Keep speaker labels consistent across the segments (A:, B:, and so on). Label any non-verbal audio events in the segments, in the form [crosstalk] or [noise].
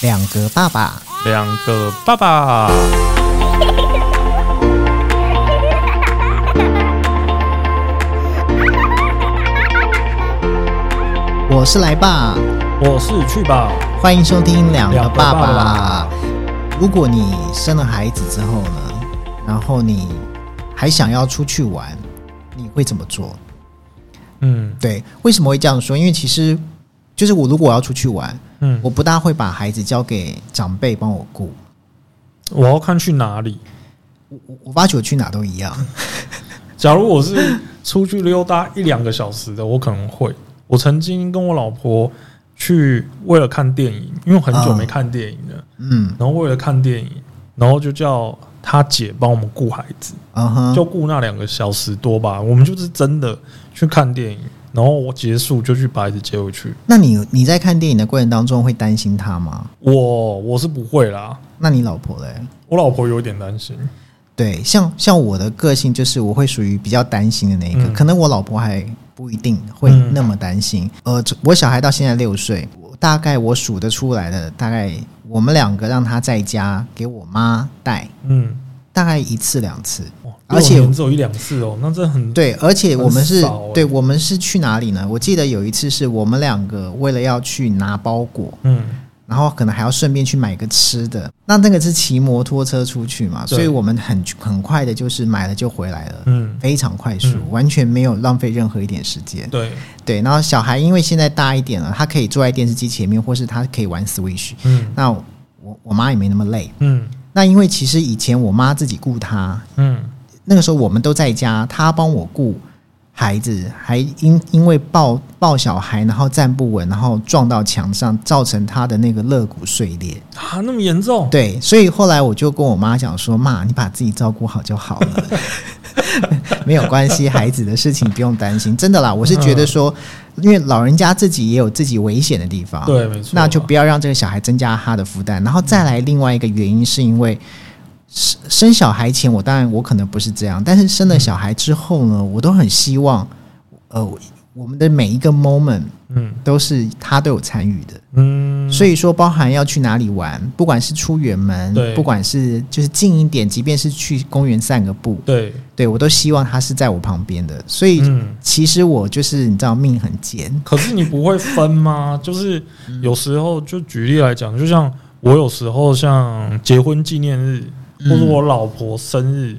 A: 两个爸爸，
B: 两个爸爸。
A: 我是来爸，
C: 我是去吧，
A: 欢迎收听两个
C: 两个
A: 爸
C: 爸
A: 爸。
C: 爸
A: 如果你生了孩子之后呢，然后你还想要出去玩，你会怎么做？
B: 嗯
A: 对，为什么会这样说？因为其实就是我如果我要出去玩，
B: 嗯，
A: 我不大会把孩子交给长辈帮我顾。
B: 我要看去哪里。
A: 我我发觉我去哪都一样，
B: 假如我是出去溜达一两个小时的，我可能会。我曾经跟我老婆去为了看电影，因为很久没看电影了，
A: 嗯，
B: 然后为了看电影，然后就叫她姐帮我们顾孩子，
A: 嗯哼，
B: 就顾那两个小时多吧。我们就是真的去看电影，然后我结束就去把孩子接回去。
A: 那你你在看电影的过程当中会担心他吗？
B: 我我是不会啦，
A: 那你老婆嘞？
B: 我老婆有点担心。
A: 对，像像我的个性就是我会属于比较担心的那一个，
B: 嗯
A: 可能我老婆还不一定会那么担心。呃，我小孩到现在六岁，我大概我数得出来的，大概我们两个让他在家给我妈带，
B: 嗯，
A: 大概一次两次。
B: 哇
A: 而且
B: 哦六年只有一两次哦，那真的很
A: 对，而且我们是、
B: 很少欸
A: 对，我们是去哪里呢？我记得有一次是我们两个为了要去拿包裹，
B: 嗯
A: 然后可能还要顺便去买个吃的。那那个是骑摩托车出去嘛，
B: 对
A: 所以我们很很快的就是买了就回来了，
B: 嗯，
A: 非常快速，
B: 嗯
A: 完全没有浪费任何一点时间。
B: 对，
A: 对，然后小孩因为现在大一点了，他可以坐在电视机前面，或是他可以玩 Switch。
B: 嗯
A: 那我我妈也没那么累。
B: 嗯
A: 那因为其实以前我妈自己顾他，
B: 嗯
A: 那个时候我们都在家，她帮我顾孩子，还因因为抱抱小孩，然后站不稳，然后撞到墙上，造成他的那个肋骨碎裂。
B: 啊，那么严重，
A: 对，所以后来我就跟我妈讲说：“妈，你把自己照顾好就好了， [laughs] 没有关系，孩子的事情不用担心。”真的啦，我是觉得说，因为老人家自己也有自己危险的地方，
B: 对，没
A: 啊
B: 错，啊
A: 那就不要让这个小孩增加他的负担。然后再来另外一个原因，是因为生生小孩前，我当然我可能不是这样，但是生了小孩之后呢，我都很希望，呃，我们的每一个 moment
B: 嗯
A: 都是他都有参与的。
B: 嗯，
A: 所以说，包含要去哪里玩，不管是出远门，
B: 对
A: 不管是就是近一点，即便是去公园散个步，
B: 对，
A: 对我都希望他是在我旁边的。所以，
B: 嗯。
A: 其实我就是你知道命很贱，
B: 可是你不会分吗？就是
A: 嗯
B: 有时候，就举例来讲，就像我有时候像结婚纪念日，
A: 嗯
B: 或者我老婆生日，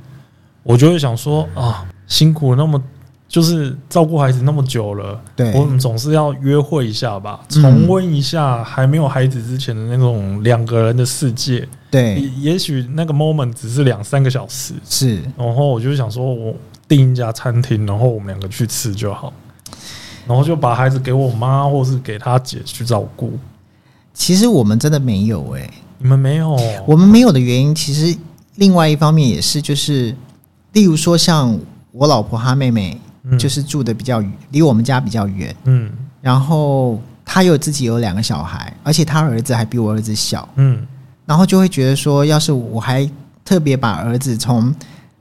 B: 我就会想说
A: 嗯
B: 啊，辛苦那么，就是照顾孩子那么久了，
A: 对
B: 我们总是要约会一下吧，重温一下还没有孩子之前的那种两个人的世界。也
A: 对，
B: 也许那个 moment 只是两三个小时，
A: 是。
B: 然后我就想说，我订一家餐厅，然后我们两个去吃就好，然后就把孩子给我妈或是给她姐去照顾。
A: 其实我们真的没有诶、
B: 你们没有？
A: 我们没有的原因，其实另外一方面也是，就是例如说像我老婆她妹妹，
B: 嗯
A: 就是住的比较远，离我们家比较远，
B: 嗯
A: 然后她有自己有两个小孩，而且她儿子还比我儿子小，
B: 嗯
A: 然后就会觉得说，要是我还特别把儿子从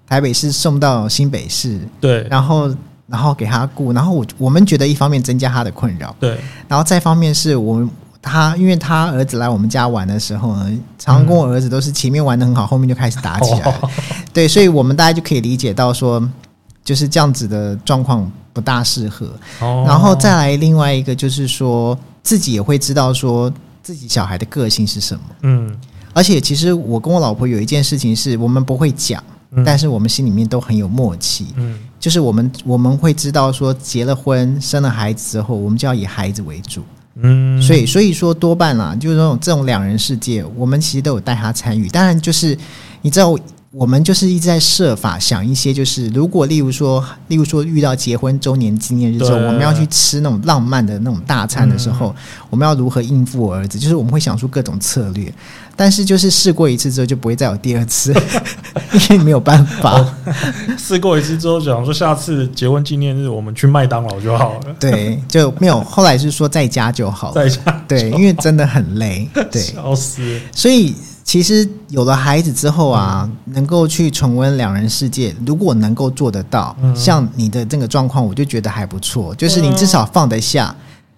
A: 台北市送到新北市，
B: 对
A: 然后然后给他顾，然后我我们觉得一方面增加他的困扰，
B: 对
A: 然后再方面是我们他，因为他儿子来我们家玩的时候呢，常常跟我儿子都是前面玩的很好，后面就开始打起来了。
B: 哦
A: 对，所以我们大家就可以理解到说，就是这样子的状况不大适合。
B: 哦
A: 然后再来另外一个就是说，自己也会知道说自己小孩的个性是什么。
B: 嗯
A: 而且其实我跟我老婆有一件事情是我们不会讲，
B: 嗯
A: 但是我们心里面都很有默契。
B: 嗯
A: 就是我们我们会知道说，结了婚、生了孩子之后，我们就要以孩子为主。
B: 嗯，
A: 所以所以说多半啦、就是那种这种两人世界，我们其实都有带他参与。当然就是你知道，我们就是一直在设法想一些，就是如果例如说，例如说遇到结婚周年纪念日之后，
B: 对嗯
A: 我们要去吃那种浪漫的那种大餐的时候，我们要如何应付我儿子？就是我们会想出各种策略，但是就是试过一次之后就不会再有第二次， [laughs] 因为没有办法。
B: 哦试过一次之后，想说下次结婚纪念日我们去麦当劳就好了，
A: 对，就没有。后来是说在家就好了，
B: 在家
A: 对，因为真的很累，对。
B: 笑死，
A: 所以其实有了孩子之后啊，能够去重温两人世界，如果能够做得到，
B: 嗯
A: 像你的这个状况，我就觉得还不
B: 啊
A: 错，就是你至少放得下。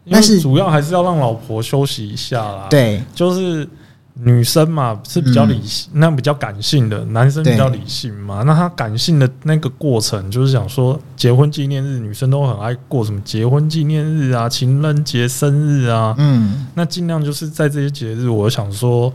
B: 因为
A: 但是
B: 主要还是要让老婆休息一下啦。，
A: 对
B: 就是女生嘛是比较理性，
A: 嗯
B: 那比较感性的，男生比较理性嘛。那他感性的那个过程，就是想说，结婚纪念日女生都很爱过什么结婚纪念日啊、情人节、生日啊。
A: 嗯
B: 那尽量就是在这些节日，我想说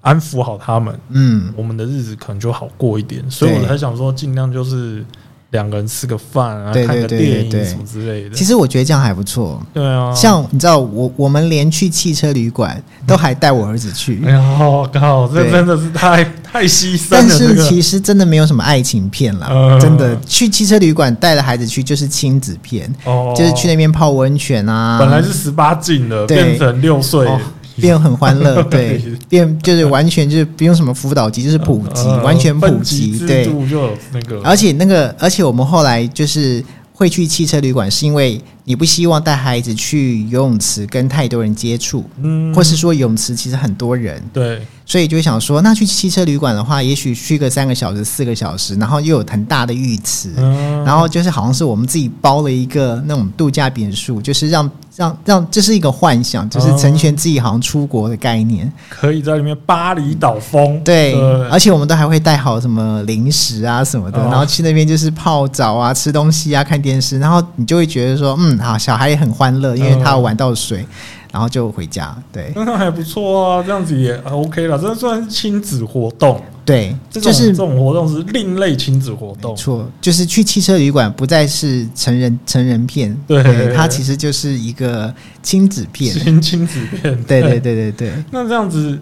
B: 安抚好他们，
A: 嗯
B: 我们的日子可能就好过一点。所以我才想说，尽量就是两个人吃个饭啊，
A: 对对
B: 看个
A: 对
B: 电
A: 对
B: 影什么之类的
A: 其。实我觉得这样还不错。
B: 对啊，
A: 像你知道，我我们连去汽车旅馆都还带我儿子去，
B: 哎呀，我靠，这
A: 对
B: 真的是太太牺牲
A: 但
B: 了。这
A: 是
B: 个
A: 其实真的没有什么爱情片啦，
B: 嗯
A: 真的去汽车旅馆带着孩子去就是亲子片，
B: 哦
A: 就是去那边泡温泉啊，
B: 本来是十八禁的，
A: 对
B: 变成六岁。
A: 哦变很欢 [laughs] 乐，对，变就是完全就是不用什么辅导级，就是普及，
B: 呃
A: 完全普
B: 分级
A: 及，
B: 制
A: 对。
B: 度就有那个，
A: 而且那个，而且我们后来就是会去汽车旅馆，是因为你不希望带孩子去游泳池跟太多人接触，
B: 嗯
A: 或是说泳池其实很多人，
B: 对
A: 所以就会想说，那去汽车旅馆的话，也许去个三个小时、四个小时，然后又有很大的浴池，
B: 嗯
A: 然后就是好像是我们自己包了一个那种度假别墅，就是让让让，这是一个幻想，就是
B: 哦
A: 成全自己好像出国的概念。
B: 可以在里面巴厘岛风，
A: 对，而且我们都还会带好什么零食啊什么的，
B: 哦
A: 然后去那边就是泡澡啊、吃东西啊、看电视，然后你就会觉得说，嗯，好，小孩也很欢乐，因为他有玩到水，然后就回家。对
B: 那还不错啊，这样子也 OK 了，这算是亲子活动，
A: 对，
B: 这
A: 就
B: 种
A: 是
B: 这种活动是另类亲子活动
A: 没，错，就是去汽车旅馆不再是成人成人片，
B: 对
A: 它其实就是一个亲子片。
B: 亲亲子片，
A: 对对对对对，
B: 那这样子，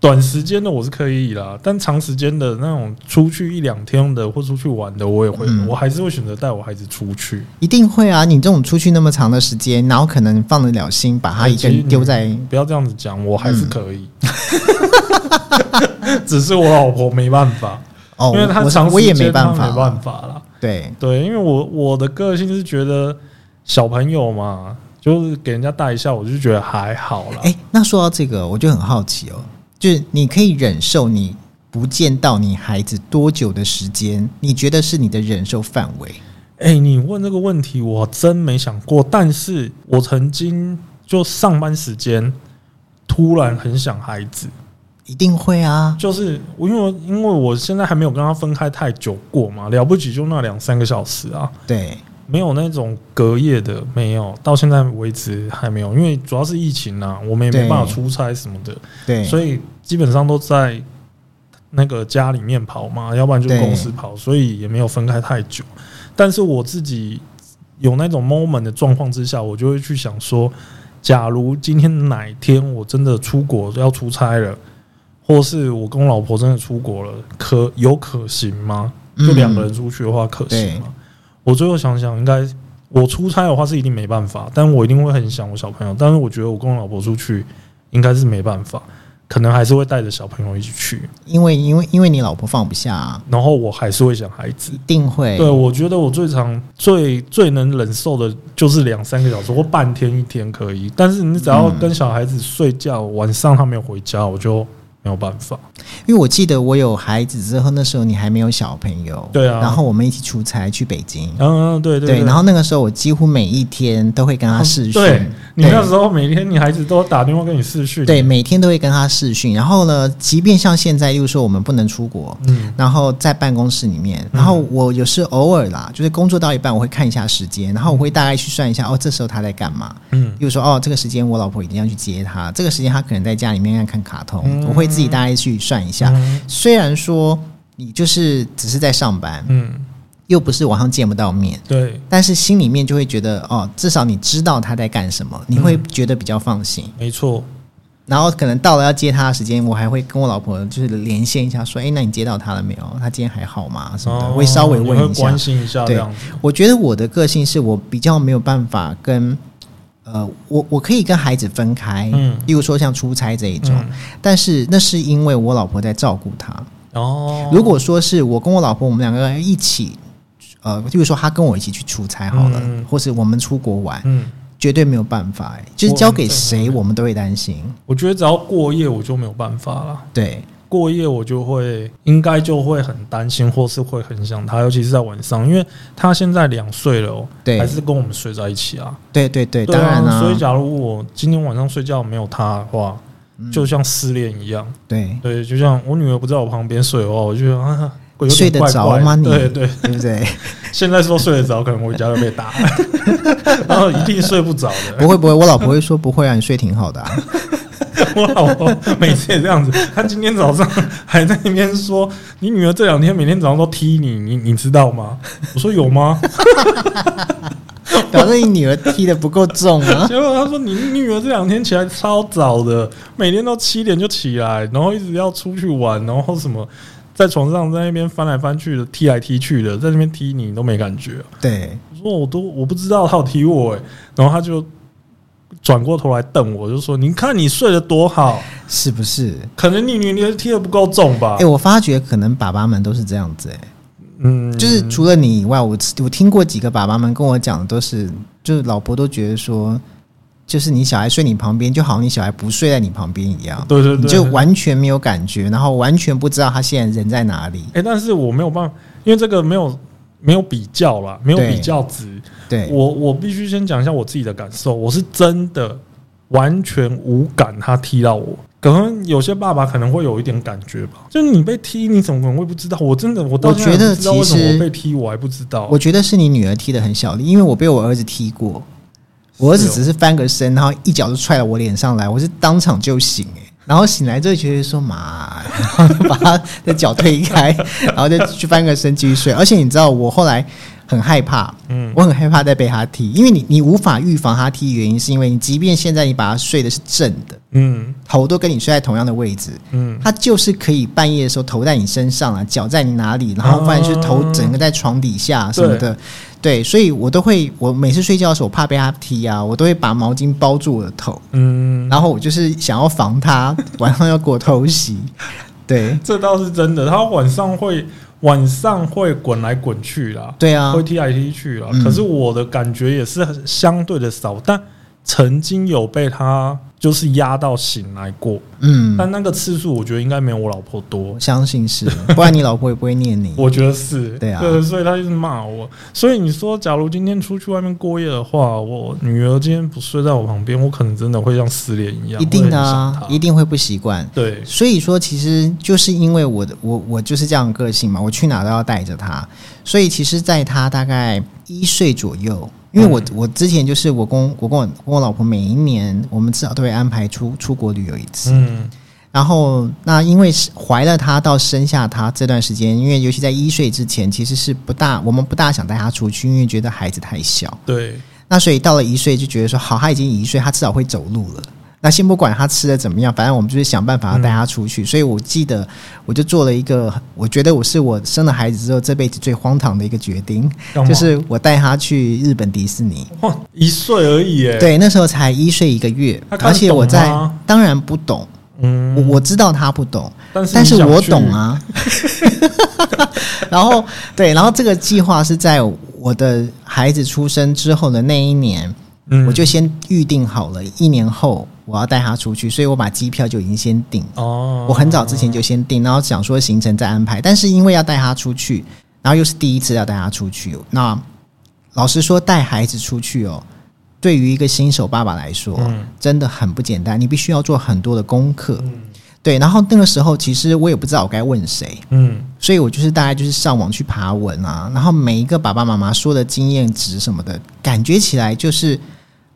B: 短时间的我是可以啦，但长时间的那种出去一两天的或出去玩的，我也会，
A: 嗯
B: 我还是会选择带我孩子出去。
A: 一定会啊！你这种出去那么长的时间，然后可能放得了心，把他一个
B: 其实
A: 人
B: 你
A: 丢在嗯
B: 不要这样子讲，我还是
A: [laughs]
B: 可以，只是我老婆没办法，
A: 哦，
B: 因为她
A: 我
B: 长时
A: 我也
B: 间她
A: 办
B: 没
A: 法，
B: 办法啦。
A: 对，
B: 对，因为我我的个性是觉得小朋友嘛，就是给人家带一下，我就觉得还好啦。
A: 哎、那说到这个，我就很好奇哦，就是你可以忍受你不见到你孩子多久的时间？你觉得是你的忍受范围？
B: 哎、你问这个问题，我真没想过。但是我曾经就上班时间，突然很想孩子，
A: 一定会啊，
B: 就是我因为因为我现在还没有跟他分开太久过嘛，了不起就那两三个小时啊，
A: 对，
B: 没有那种隔夜的，没有，到现在为止还没有，因为主要是疫情啊，我们也没
A: 对
B: 办法出差什么的，
A: 对，
B: 所以基本上都在那个家里面跑嘛，要不然就是公司跑，所以也没有分开太久。但是我自己有那种 moment 的状况之下，我就会去想说，假如今天哪一天我真的出国要出差了，或是我跟我老婆真的出国了，可有可行吗？
A: 嗯
B: 就两个人出去的话，可行吗？我最后想想，应该我出差的话是一定没办法，但我一定会很想我小朋友。但是我觉得我跟我老婆出去应该是没办法，可能还是会带着小朋友一起去，
A: 嗯因为因为因为你老婆放不下、啊，
B: 然后我还是会想孩子
A: 一。定会
B: 对，我觉得我最常、最最能忍受的就是两三个小时或半天一天可以，但是你只要跟小孩子睡觉，晚上他没有回家，我就没有办法。
A: 因为我记得我有孩子之后，那时候你还没有小朋友，
B: 对啊
A: 然后我们一起出差去北京，
B: 嗯，对对啊
A: 然后那个时候我几乎每一天都会跟他视讯，
B: 对你那时候每天你孩子都打电话跟你视讯，
A: 对，每天都会跟他视讯。然后呢，即便像现在，例如说我们不能出国，
B: 嗯，
A: 然后在办公室里面，然后我有时偶尔啦，就是工作到一半，我会看一下时间，然后我会大概去算一下，哦，这时候他在干嘛？
B: 嗯，
A: 例如说，哦，这个时间我老婆一定要去接他，这个时间他可能在家里面看卡通，
B: 嗯
A: 我会自己大概去算一下。
B: 嗯
A: 虽然说你就是只是在上班，
B: 嗯，
A: 又不是晚上见不到面。
B: 对，
A: 但是心里面就会觉得，哦，至少你知道他在干什么，
B: 嗯
A: 你会觉得比较放心。
B: 没错，
A: 然后可能到了要接他的时间，我还会跟我老婆就是连线一下，说：“哎，那你接到他了没有？他今天还好吗？什么的，
B: 哦
A: 会稍微
B: 你
A: 问一下
B: 关。心一下这
A: 对
B: 样子。
A: 我觉得我的个性是我比较没有办法跟，呃，我我可以跟孩子分开，
B: 嗯
A: 例如说像出差哎这一种，
B: 嗯
A: 但是那是因为我老婆在照顾他。
B: 哦，
A: 如果说是我跟我老婆，我们两个人一起，呃，例如说她跟我一起去出差好了，
B: 嗯
A: 或是我们出国玩，
B: 嗯，
A: 绝对没有办法、哎就是
B: 我
A: 交
B: 很欸
A: 给
B: 赞
A: 谁，
B: 同
A: 我们都会担心。
B: 我觉得只要过夜，我就没有办法了。
A: 对，
B: 过夜我就会应该就会很担心，或是会很想他，尤其是在晚上，因为他现在两岁了、哦，
A: 对
B: 还是跟我们睡在一起啊。
A: 对对对，
B: 对
A: 当然
B: 啊，
A: 啦、
B: 所以假如我今天晚上睡觉没有他的话，
A: 嗯
B: 就像失恋一样。
A: 对，
B: 对，就像我女儿不在我旁边睡的话，我就觉得啊，有
A: 睡
B: 点
A: 得
B: 怪
A: 着
B: 怪
A: 吗你
B: 对对，
A: 对不对？
B: 现在说睡得着，可能回家就被打，然后一定睡不着的。
A: 不会不会，我老婆会说不 [laughs] 会啊，你睡挺好的、
B: [laughs]
A: 啊。
B: 我老婆每次也这样子，她今天早上还在那边说：“你女儿这两天每天早上都踢你，你你知道吗？”我说：“有吗？”
A: 表示你女儿踢的不够重啊。
B: 结果他说你女儿这两天起来超早的，每天都七点就起来，然后一直要出去玩，然后什么在床上在那边翻来翻去的，踢来踢去的，在那边踢你都没感觉。
A: 对，
B: 我说我都我不知道他有踢我、欸，然后他就转过头来瞪我，就说你看你睡得多好，
A: [laughs] 是不是？
B: 可能你女儿踢得不够重吧
A: 哎、。我发觉可能爸爸们都是这样子、哎，
B: 嗯，
A: 就是除了你以外，我我听过几个爸爸们跟我讲的都是，就是老婆都觉得说，就是你小孩睡你旁边，就好像你小孩不睡在你旁边一样，
B: 对对对，
A: 你就完全没有感觉，然后完全不知道他现在人在哪里。
B: 哎、但是我没有办法，因为这个没有没有比较啦，没有
A: 对
B: 比较值。
A: 对，
B: 我我必须先讲一下我自己的感受，我是真的完全无感，他踢到我。可能有些爸爸可能会有一点感觉吧，就是你被踢，你怎么可能会不知道？我真的，我到
A: 我
B: 现在
A: 觉得
B: 还不知道为什
A: 其
B: 么
A: 实
B: 我被踢，我还不知道。
A: 我觉得是你女儿踢得很小力，因为我被我儿子踢过，我儿子
B: 是哦
A: 只是翻个身，然后一脚就踹到我脸上来，我是当场就醒、哎，然后醒来之后觉得说妈，然后就把他的脚推
B: [laughs]
A: 开，然后就去翻个身继续睡。而且你知道，我后来很害怕，
B: 嗯，
A: 我很害怕再被他踢，因为你你无法预防他踢，原因是因为你即便现在你把他睡的是正的，
B: 嗯
A: 好，我都跟你睡在同样的位置，
B: 嗯，
A: 他就是可以半夜的时候头在你身上啊，脚在你哪里，然后不然就是头整个在床底下
B: 啊
A: 什么的，对，所以我都会，我每次睡觉的时候，我怕被他踢啊，我都会把毛巾包住我的头，
B: 嗯，
A: 然后我就是想要防他晚上要给我偷
B: [laughs]
A: 袭，对，
B: 这倒是真的。他晚上会晚上会滚来滚去啦，
A: 对啊
B: 会，踢来踢去啦。
A: 嗯
B: 可是我的感觉也是很相对的少，但曾经有被他就是压到醒来过，
A: 嗯，
B: 但那个次数我觉得应该没有我老婆多
A: 我。相信是，不然你老婆也不会念你，
B: [laughs] 我觉得是，
A: 对啊
B: 所以他一直骂我。所以你说，假如今天出去外面过夜的话，我女儿今天不睡在我旁边，我可能真的会像失恋一样，
A: 一定的
B: 会很
A: 啊
B: 想，她
A: 一定会不习惯。
B: 对，
A: 所以说，其实就是因为我的我我就是这样的个性嘛，我去哪都要带着他。所以其实，在他大概一岁左右，因为我、
B: 嗯
A: 我之前就是我跟我跟我跟我老婆每一年，我们至少都会安排出出国旅游一次。
B: 嗯
A: 然后那因为是怀了他到生下他这段时间，因为尤其在一岁之前，其实是不大我们不大想带他出去，因为觉得孩子太小。
B: 对，
A: 那所以到了一岁就觉得说，好，他已经一岁，他至少会走路了。那先不管他吃的怎么样，反正我们就是想办法要带他出去。所以我记得，我就做了一个，我觉得我是我生了孩子之后这辈子最荒唐的一个决定，
B: 干嘛
A: 就是我带他去日本迪士尼。
B: 哇， [laughs] 一岁而已，哎，，
A: 对，那时候才一岁一个月
B: 他，看
A: 而且我在
B: 懂吗
A: 当然不懂，
B: 嗯，
A: 我我知道他不懂，
B: 但是
A: 但
B: 你
A: 是
B: 想
A: 我
B: 去
A: 懂，啊。 [laughs] 然后对，然后这个计划是在我的孩子出生之后的那一年，
B: 嗯
A: 我就先预定好了，一年后我要带他出去，所以我把机票就已经先订，
B: 哦，
A: 我很早之前就先订，然后想说行程再安排，但是因为要带他出去，然后又是第一次要带他出去，那老实说，带孩子出去哦，对于一个新手爸爸来说，
B: 嗯
A: 真的很不简单，你必须要做很多的功课。
B: 嗯
A: 对，然后那个时候其实我也不知道我该问谁，
B: 嗯
A: 所以我就是大概就是上网去爬文啊，然后每一个爸爸妈妈说的经验值什么的，感觉起来就是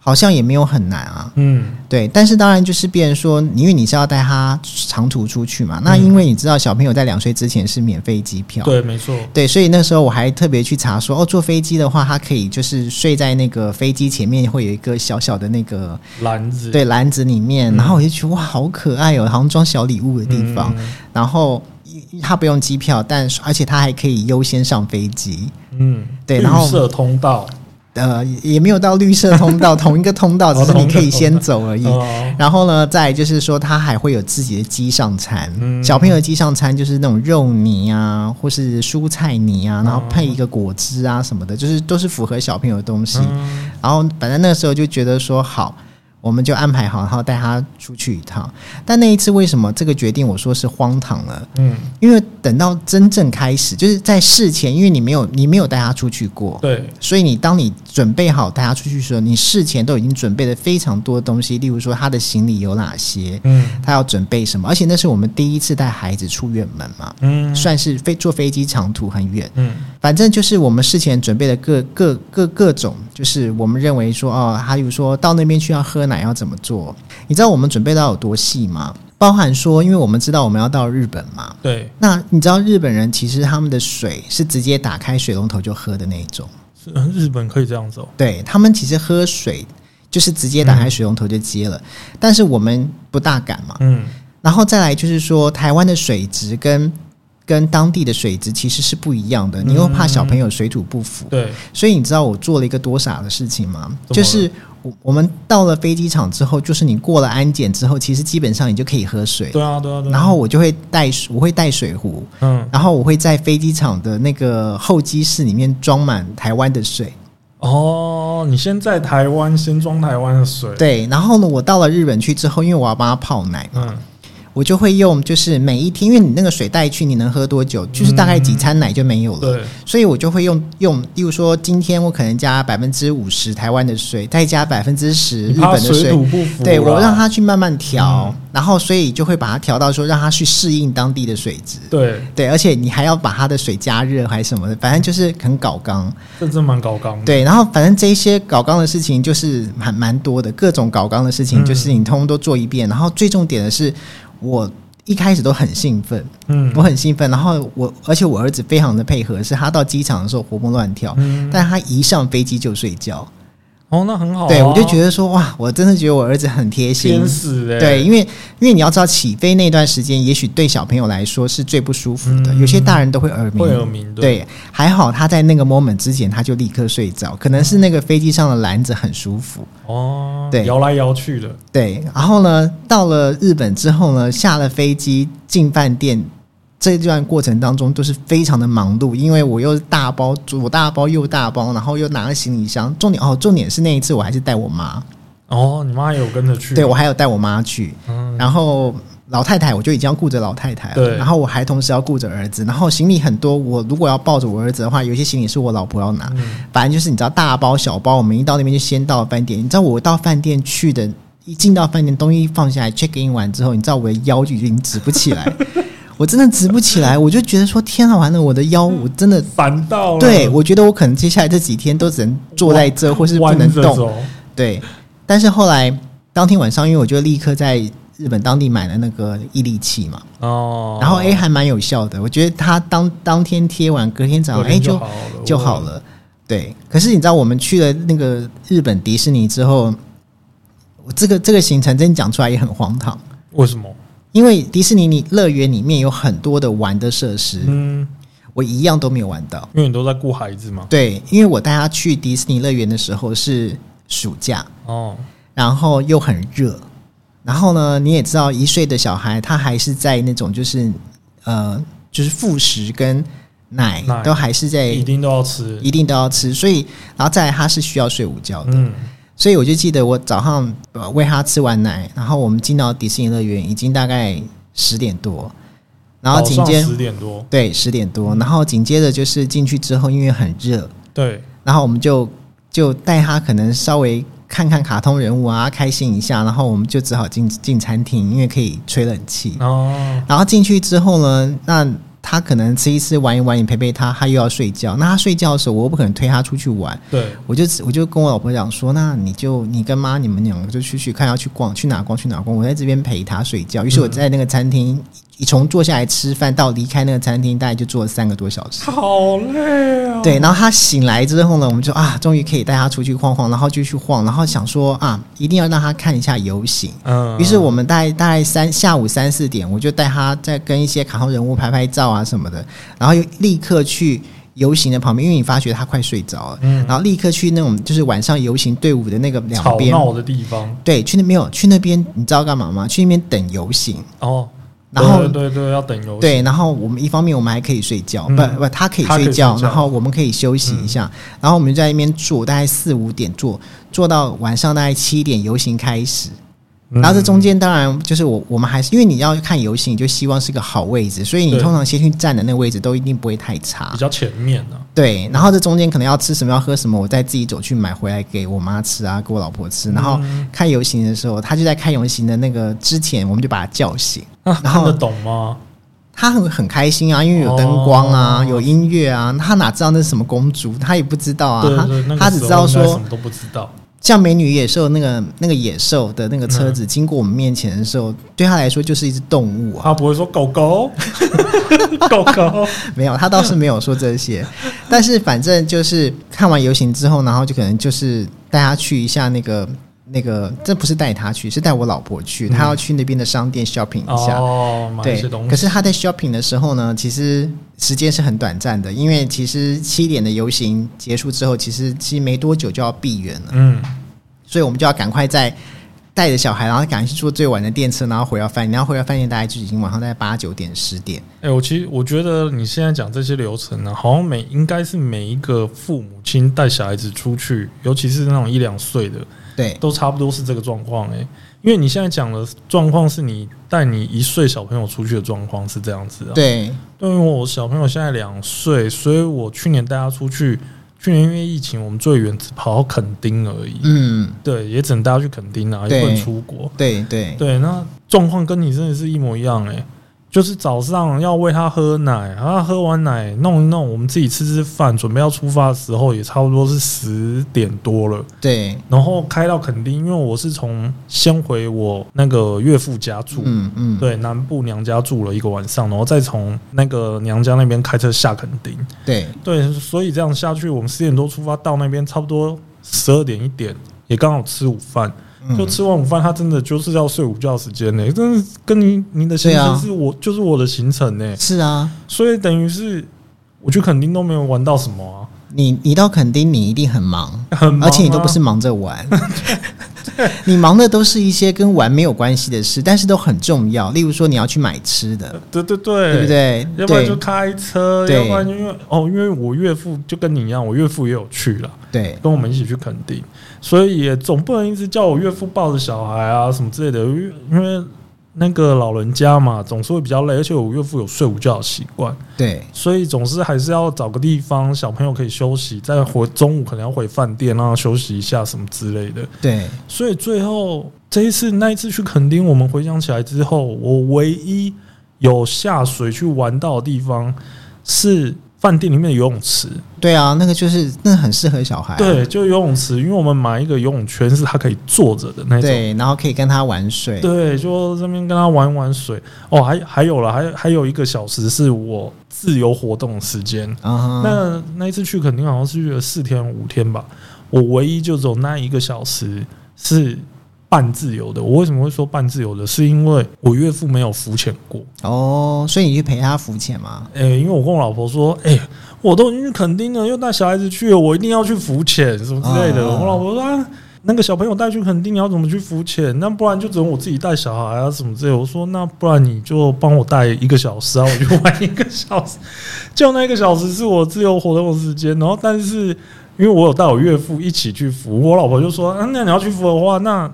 A: 好像也没有很难啊。
B: 嗯，
A: 对，但是当然就是别人说，因为你是要带他长途出去嘛，那因为你知道小朋友在两岁之前是免费机票，
B: 对，没错，
A: 对，所以那时候我还特别去查说，哦，坐飞机的话，他可以就是睡在那个飞机前面会有一个小小的那个
B: 篮子，
A: 对篮子里面，然后我就觉得哇，好可爱哦，好像装小礼物的
B: 嗯，
A: 地方。然后呃他不用机票，但是而且他还可以优先上飞机。
B: 嗯，
A: 对
B: 绿
A: 然后
B: 色通道，
A: 呃，也没有到绿色通道，同一个通道，只是你可以先走而已。
B: 哦，
A: 然后呢，再来就是说，他还会有自己的机上餐。
B: 嗯
A: 小朋友的机上餐就是那种肉泥啊，或是蔬菜泥啊，然后配一个果汁啊什么的，就是都是符合小朋友的东西。
B: 嗯
A: 然后反正那时候就觉得说好，我们就安排好，然后带他出去一趟。但那一次为什么这个决定我说是荒唐呢？
B: 嗯，
A: 因为等到真正开始，就是在事前，因为你没有你没有带他出去过，
B: 对，
A: 所以你当你准备好带他出去的时候，你事前都已经准备了非常多东西，例如说他的行李有哪些，
B: 嗯
A: 他要准备什么，而且那是我们第一次带孩子出远门嘛，
B: 嗯
A: 算是飞坐飞机长途很远。
B: 嗯
A: 反正就是我们事前准备的各各各各种，就是我们认为说哦，还有说到那边去要喝奶要怎么做？你知道我们准备到有多细吗？包含说，因为我们知道我们要到日本嘛，
B: 对，
A: 那你知道日本人其实他们的水是直接打开水龙头就喝的那一种，
B: 是嗯日本可以这样子哦，
A: 对他们其实喝水就是直接打开水龙头就接了，但是我们不大敢嘛。
B: 嗯
A: 然后再来就是说，台湾的水质跟跟当地的水质其实是不一样的，你又怕小朋友水土不服，
B: 对，
A: 所以你知道我做了一个多傻的事情吗？
B: 怎么了
A: 就是我我们到了飞机场之后，就是你过了安检之后，其实基本上你就可以喝水。
B: 对啊对啊对啊，
A: 然后我就会带，我会带水壶，
B: 嗯
A: 然后我会在飞机场的那个候机室里面装满台湾的水。
B: 哦，你先在台湾先装台湾的水，，
A: 对，然后呢，我到了日本去之后，因为我要帮他泡奶，
B: 嗯
A: 我就会用就是每一天，因为你那个水带去，你能喝多久？就是大概几餐奶就没有了。
B: 对，
A: 所以我就会用用，例如说，今天我可能加百分之五十台湾的水，再加百分之十
B: 你
A: 日
B: 怕
A: 本的
B: 水土不服啦，啊嗯
A: 对我让他去慢慢调，然后所以就会把它调到说让他去适应当地的水质。
B: 对，
A: 对，而且你还要把它的水加热还是什么的，反正就是很搞纲。
B: 这真蛮高纲的，
A: 对，然后反正这些搞纲的事情就是蛮蛮多的，各种搞纲的事情就是
B: 嗯
A: 你通通都做一遍。然后最重点的是，我一开始都很兴奋，
B: 嗯
A: 我很兴奋。然后我而且我儿子非常的配合，是他到机场的时候活蹦乱跳，
B: 嗯，
A: 但他一上飞机就睡觉。
B: 哦，那很好啊，
A: 对我就觉得说哇，我真的觉得我儿子很贴心
B: 天。使哎，
A: 对，因为因为你要知道，起飞那段时间，也许对小朋友来说是最不舒服的。
B: 嗯
A: 有些大人都会耳鸣，
B: 会耳鸣的，
A: 对，还好他在那个 moment 之前他就立刻睡着，可能是那个飞机上的篮子很舒服。
B: 哦，
A: 对
B: 摇来摇去的，
A: 对，然后呢，到了日本之后呢，下了飞机进饭店。这段过程当中都是非常的忙碌，因为我又大包左大包右大包，然后又拿了行李箱。重点哦，重点是那一次我还是带我妈，
B: 哦，你妈也有跟着去，
A: 对我还有带我妈去。
B: 嗯，
A: 然后老太太我就已经要顾着老太太了，
B: 对
A: 然后我还同时要顾着儿子，然后行李很多，我如果要抱着我儿子的话，有一些行李是我老婆要
B: 嗯
A: 拿，反正就是你知道大包小包，我们一到那边就先到饭店，你知道我到饭店去的，一进到饭店东西放下来 check in 完之后，你知道我的腰就已经直不起
B: [laughs]
A: 来，我真的直不起来，我就觉得说天啊，完了我的腰，我真的。
B: 反到了
A: 对，我觉得我可能接下来这几天都只能坐在这，或是不
B: 弯
A: 能
B: 着
A: 动。
B: 走，
A: 对，但是后来当天晚上，因为我就立刻在日本当地买了那个毅力器嘛，
B: 哦，
A: 然后哎、还蛮有效的，我觉得它当当天贴完，隔天早上
B: 隔
A: 哎、
B: 天
A: 就
B: 好了，哦
A: 就好了。对，可是你知道我们去了那个日本迪士尼之后，我这个这个行程真讲出来也很荒唐，
B: 我。为什么？
A: 因为迪士尼你乐园里面有很多的玩的设施，
B: 嗯，
A: 我一样都没有玩到。
B: 因为你都在顾孩子嘛。
A: 对，因为我带他去迪士尼乐园的时候是暑假，
B: 哦，
A: 然后又很热，然后呢，你也知道，一岁的小孩他还是在那种就是呃，就是副食跟奶
B: 奶
A: 都还是在
B: 一定都要吃。
A: 一定都要吃，所以然后再来他是需要睡午觉的，
B: 嗯，
A: 所以我就记得我早上呃喂他吃完奶，然后我们进到迪士尼乐园已经大概十点多，然后紧接
B: 十点多，
A: 对十点多，然后紧接着就是进去之后因为很热，
B: 对，
A: 然后我们就就带他可能稍微看看卡通人物啊，开心一下，然后我们就只好进进餐厅，因为可以吹冷气。
B: 哦，
A: 然后进去之后呢，那他可能吃一吃玩一玩，你陪陪他，他又要睡觉。那他睡觉的时候，我又不可能推他出去玩，
B: 对，
A: 我就我就跟我老婆讲说，那你就你跟妈你们两个就出去看要去逛，去哪逛去哪逛，我在这边陪他睡觉。于是我在那个餐厅。从坐下来吃饭到离开那个餐厅，大概就坐了三个多小时。
B: 好累啊。
A: 对，然后他醒来之后呢，我们就啊，终于可以带他出去晃晃，然后就去晃，然后想说啊，一定要让他看一下游行。
B: 嗯，
A: 于是我们大概大概三下午三四点，我就带他再跟一些卡通人物拍拍照啊什么的，然后又立刻去游行的旁边，因为你发觉他快睡着了，
B: 嗯
A: 然后立刻去那种就是晚上游行队伍的那个两
B: 吵
A: 边，
B: 闹的地方，
A: 对，去那没有去那边，你知道干嘛吗？去那边等游行。
B: 哦，
A: 然后
B: 对对对，要等游戏，
A: 对，然后我们一方面我们还可以睡觉，
B: 嗯
A: 不不，他可以
B: 他可
A: 睡
B: 以睡
A: 觉，
B: 觉嗯
A: 然后我们可以休息一下，然后我们就在那边坐，大概四五点坐，坐到晚上大概七点游行开始，
B: 嗯，
A: 然后这中间当然就是我我们还是因为你要看游行，你就希望是个好位置，所以你
B: 对嗯
A: 通常先去站的那个位置都一定不会太差
B: 比，较前面啊呢、
A: 对，然后这中间可能要吃什么要喝什么，我再自己走去买回来给我妈吃啊，给我老婆吃，然后
B: 嗯
A: 看游行的时候，他就在看游行的那个之前，我们就把他叫醒。
B: 那
A: 然后
B: 啊看得懂吗？
A: 他很很开心啊，因为有灯光啊，
B: 哦
A: 有音乐啊，他哪知道那是什么公主，他也不知道啊，
B: 对对，那
A: 他他
B: 个
A: 只知
B: 时候
A: 道
B: 应该
A: 说
B: 什，么都不知道，
A: 像美女野兽那个那个野兽的那个车
B: 嗯
A: 子经过我们面前的时候，对他来说就是一只动物啊， [laughs]
B: 他不会说狗狗， [laughs] 狗狗，
A: 没有，他倒是没有说这
B: [laughs]
A: 些，但是反正就是看完游行之后，然后就可能就是带他去一下那个。那个，这不是带他去，是带我老婆
B: 嗯
A: 去。他要去那边的商店 shopping [laughs] 一下，
B: 哦，买一
A: 对
B: 些东，西。
A: 可是他在 shopping 的时候呢，其实时间是很短暂的，因为其实七点的游行结束之后，其实其实没多久就要闭园了，
B: 嗯，
A: 所以我们就要赶快在带着小孩，然后赶快去坐最晚的电车，然后回到饭店，然后回到饭店大概就已经晚上大概八九点十点。
B: 哎、我其实我觉得你现在讲这些流程呢、好像每应该是每一个父母亲带小孩子出去，尤其是那种一两岁的，
A: 对
B: 都差不多是这个状况哎。因为你现在讲的状况是你带你一岁小朋友出去的状况是这样子啊。
A: 对
B: 对，因为我小朋友现在两岁，所以我去年带他出去，去年因为疫情，我们最远只跑到垦丁而已。
A: 嗯，
B: 对，也只能带他去垦丁啊，
A: 对
B: 也不能出国。
A: 对对
B: 对，那状况跟你真的是一模一样哎、就是早上要喂他喝奶，然后喝完奶弄一弄，我们自己吃吃饭，准备要出发的时候也差不多是十点多了，
A: 对，
B: 然后开到垦丁，因为我是从先回我那个岳父家住，
A: 嗯嗯，
B: 对，南部娘家住了一个晚上，然后再从那个娘家那边开车下垦丁，
A: 对
B: 对，所以这样下去，我们十点多出发到那边，差不多十二点一点，也刚好吃午饭。
A: 嗯
B: 就吃完午饭，他真的就是要睡午觉时间呢、真的是跟你你的行
A: 对啊
B: 程是我、就是我的行程呢、
A: 是啊，
B: 所以等于是我去垦丁都没有玩到什么
A: 你你到垦丁你一定很忙。
B: 啊， [laughs] 很忙啊、
A: 而且你都不是忙着玩， [laughs] 你忙的都是一些跟玩没有关系的事，但是都很重要。例如说你要去买吃的，
B: 对对
A: 对
B: 对
A: 不对？
B: 要不然就
A: 对
B: 开车，
A: 对
B: 要不然就因为哦，因为我岳父就跟你一样，我岳父也有去了，
A: 对
B: 跟我们一起去垦丁，所以也总不能一直叫我岳父抱着小孩啊什么之类的，因为因为那个老人家嘛，总是会比较累，而且我岳父有睡午觉的习惯，
A: 对
B: 所以总是还是要找个地方小朋友可以休息，再回中午可能要回饭店让他休息一下什么之类的。
A: 对
B: 所以最后这一次那一次去垦丁，我们回想起来之后，我唯一有下水去玩到的地方是饭店里面的游泳池。
A: 对啊，那个就是那很适合小孩啊、
B: 对，就游泳池，因为我们买一个游泳圈是它可以坐着的那种。
A: 对，然后可以跟他玩水，
B: 对，就这边跟他玩玩水。哦，还还有了，还还有一个小时是我自由活动的时间。
A: 啊哈，
B: 那那一次去肯定好像是去了四天五天吧，我唯一就走那一个小时是半自由的。我为什么会说半自由的？是因为我岳父没有浮潜过。
A: 哦，所以你去陪他浮潜嘛？
B: 诶、哎因为我跟我老婆说，诶、我都已经去垦丁了，又带小孩子去了，我一定要去浮潜什么之类的。
A: 啊
B: 我老婆说、啊，那个小朋友带去垦丁，你要怎么去浮潜？那不然就只能我自己带小孩啊什么之类的。我说，那不然你就帮我带一个小时啊，我就玩一个小时。就那一个小时是我自由活动的时间，然后但是因为我有带我岳父一起去浮，我老婆就说，啊，那你要去浮的话，那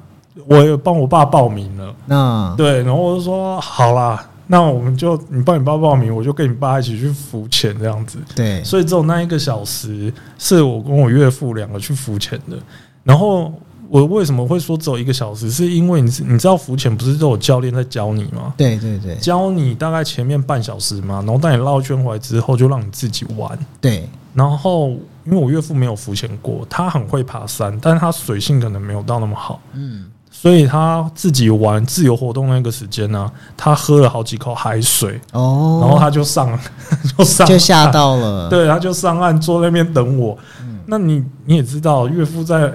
B: 我也帮我爸报名了。
A: 那
B: 对，然后我就说好啦，那我们就你帮你爸报名，我就跟你爸一起去浮潜这样子。
A: 对
B: 所以只有那一个小时是我跟我岳父两个去浮潜的。然后我为什么会说只有一个小时，是因为你知你知道浮潜不是都有教练在教你吗？
A: 对对对
B: 教你大概前面半小时嘛，然后带你绕一圈回来之后，就让你自己玩。
A: 对
B: 然后，因为我岳父没有浮潜过，他很会爬山，但是他水性可能没有到那么好。
A: 嗯，
B: 所以他自己玩自由活动那个时间呢、他喝了好几口海水，
A: 哦，
B: 然后他就上 [laughs] 就上
A: 就吓
B: 岸，
A: 到了，
B: 对，他就上岸坐在那边等我。
A: 嗯
B: 那你你也知道，岳父在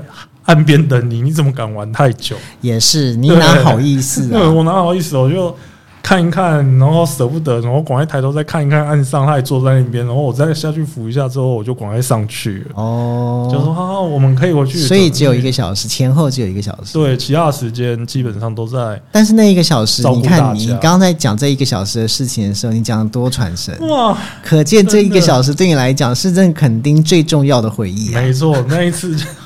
B: 岸边等你，你怎么敢玩太久？
A: 也是你
B: 对
A: 哪好意思
B: 对， [laughs]
A: 啊？
B: 我哪好意思，我就看一看，然后舍不得，然后赶快抬头再看一看岸上，他也坐在那边，然后我再下去扶一下之后，我就赶快上去了，
A: 哦，
B: 就说哈、啊，我们可以回去。
A: 所以只有一个小时，前后只有一个小时。
B: 对，其他的时间基本上都在
A: 但是那一个小时，
B: 照顾
A: 你
B: 大
A: 看
B: 家
A: 你刚刚在讲这一个小时的事情的时候，你讲的多传神，
B: [laughs] 哇，
A: 可见这一
B: 真
A: 个
B: 的
A: 小时对你来讲是真的肯定最重要的回忆啊。
B: 没错，那一次就， [laughs]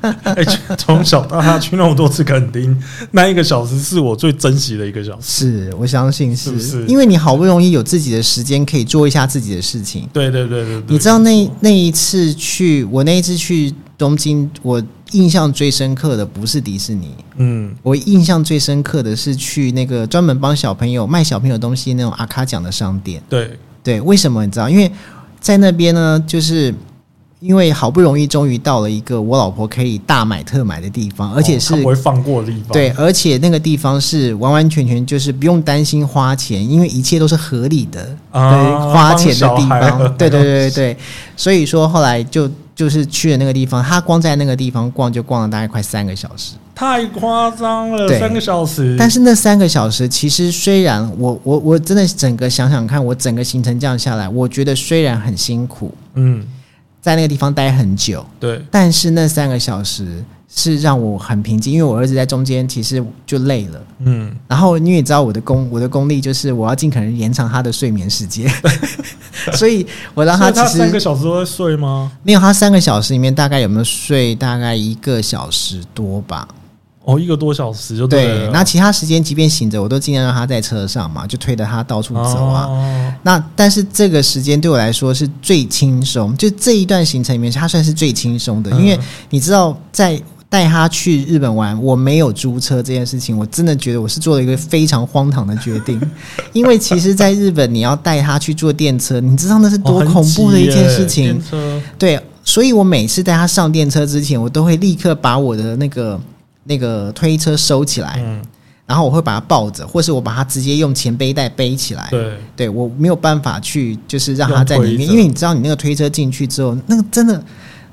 B: 哎、从小到大去那么多次垦丁，那一个小时是我最珍惜的一个小时。
A: 是我相信
B: 是不是
A: 因为你好不容易有自己的时间可以做一下自己的事情。
B: 对对对对对，
A: 你知道那那一次去，我那一次去东京，我印象最深刻的不是迪士尼，
B: 嗯，
A: 我印象最深刻的是去那个专门帮小朋友卖小朋友东西那种阿卡奖的商店。
B: 对，
A: 对，为什么你知道？因为在那边呢，就是因为好不容易终于到了一个我老婆可以大买特买的地方，而且
B: 哦
A: 是、
B: 他不会放过的地方。
A: 对，而且那个地方是完完全全就是不用担心花钱，因为一切都是合理的，
B: 啊
A: 对，花钱的地
B: 帮小孩啊
A: 方，对对对对对，所以说后来就就是去了那个地方，他光在那个地方逛就逛了大概快三个小时，
B: 太夸张了，
A: 对
B: 三个小时。
A: 但是那三个小时其实虽然我我我真的整个想想看，我整个行程这样下来，我觉得虽然很辛苦，
B: 嗯，
A: 在那个地方待很久，
B: 对，
A: 但是那三个小时是让我很平静，因为我儿子在中间其实就累了。
B: 嗯，
A: 然后因为你知道我的功我的功力就是我要尽可能延长他的睡眠时间， [laughs] 所以我让
B: 所
A: 他
B: 以他
A: 其
B: 三个
A: 实
B: 小时都在睡吗？
A: 没有他三个小时里面大概有没有睡大概一个小时多吧。
B: 哦，一个多小时就
A: 对，
B: 了。
A: 那其他时间即便醒着，我都尽量让他在车上嘛，就推着他到处走啊。
B: 哦
A: 那但是这个时间对我来说是最轻松，就这一段行程里面，它算是最轻松的，
B: 嗯
A: 因为你知道，在带他去日本玩，我没有租车这件事情，我真的觉得我是做了一个非常荒唐的决定，因为其实，在日本你要带他去坐电车，你知道那是
B: 哦
A: 多
B: 很
A: 恐怖的
B: 挤
A: 一件
B: 耶
A: 事情，
B: 电车
A: 对，所以我每次带他上电车之前，我都会立刻把我的那个那个推车收起来，
B: 嗯，
A: 然后我会把他抱着，或是我把他直接用前背带背起来。
B: 对，
A: 对我没有办法去，就是让他在里
B: 用推
A: 面，
B: 车
A: 因为你知道，你那个推车进去之后，那个真的，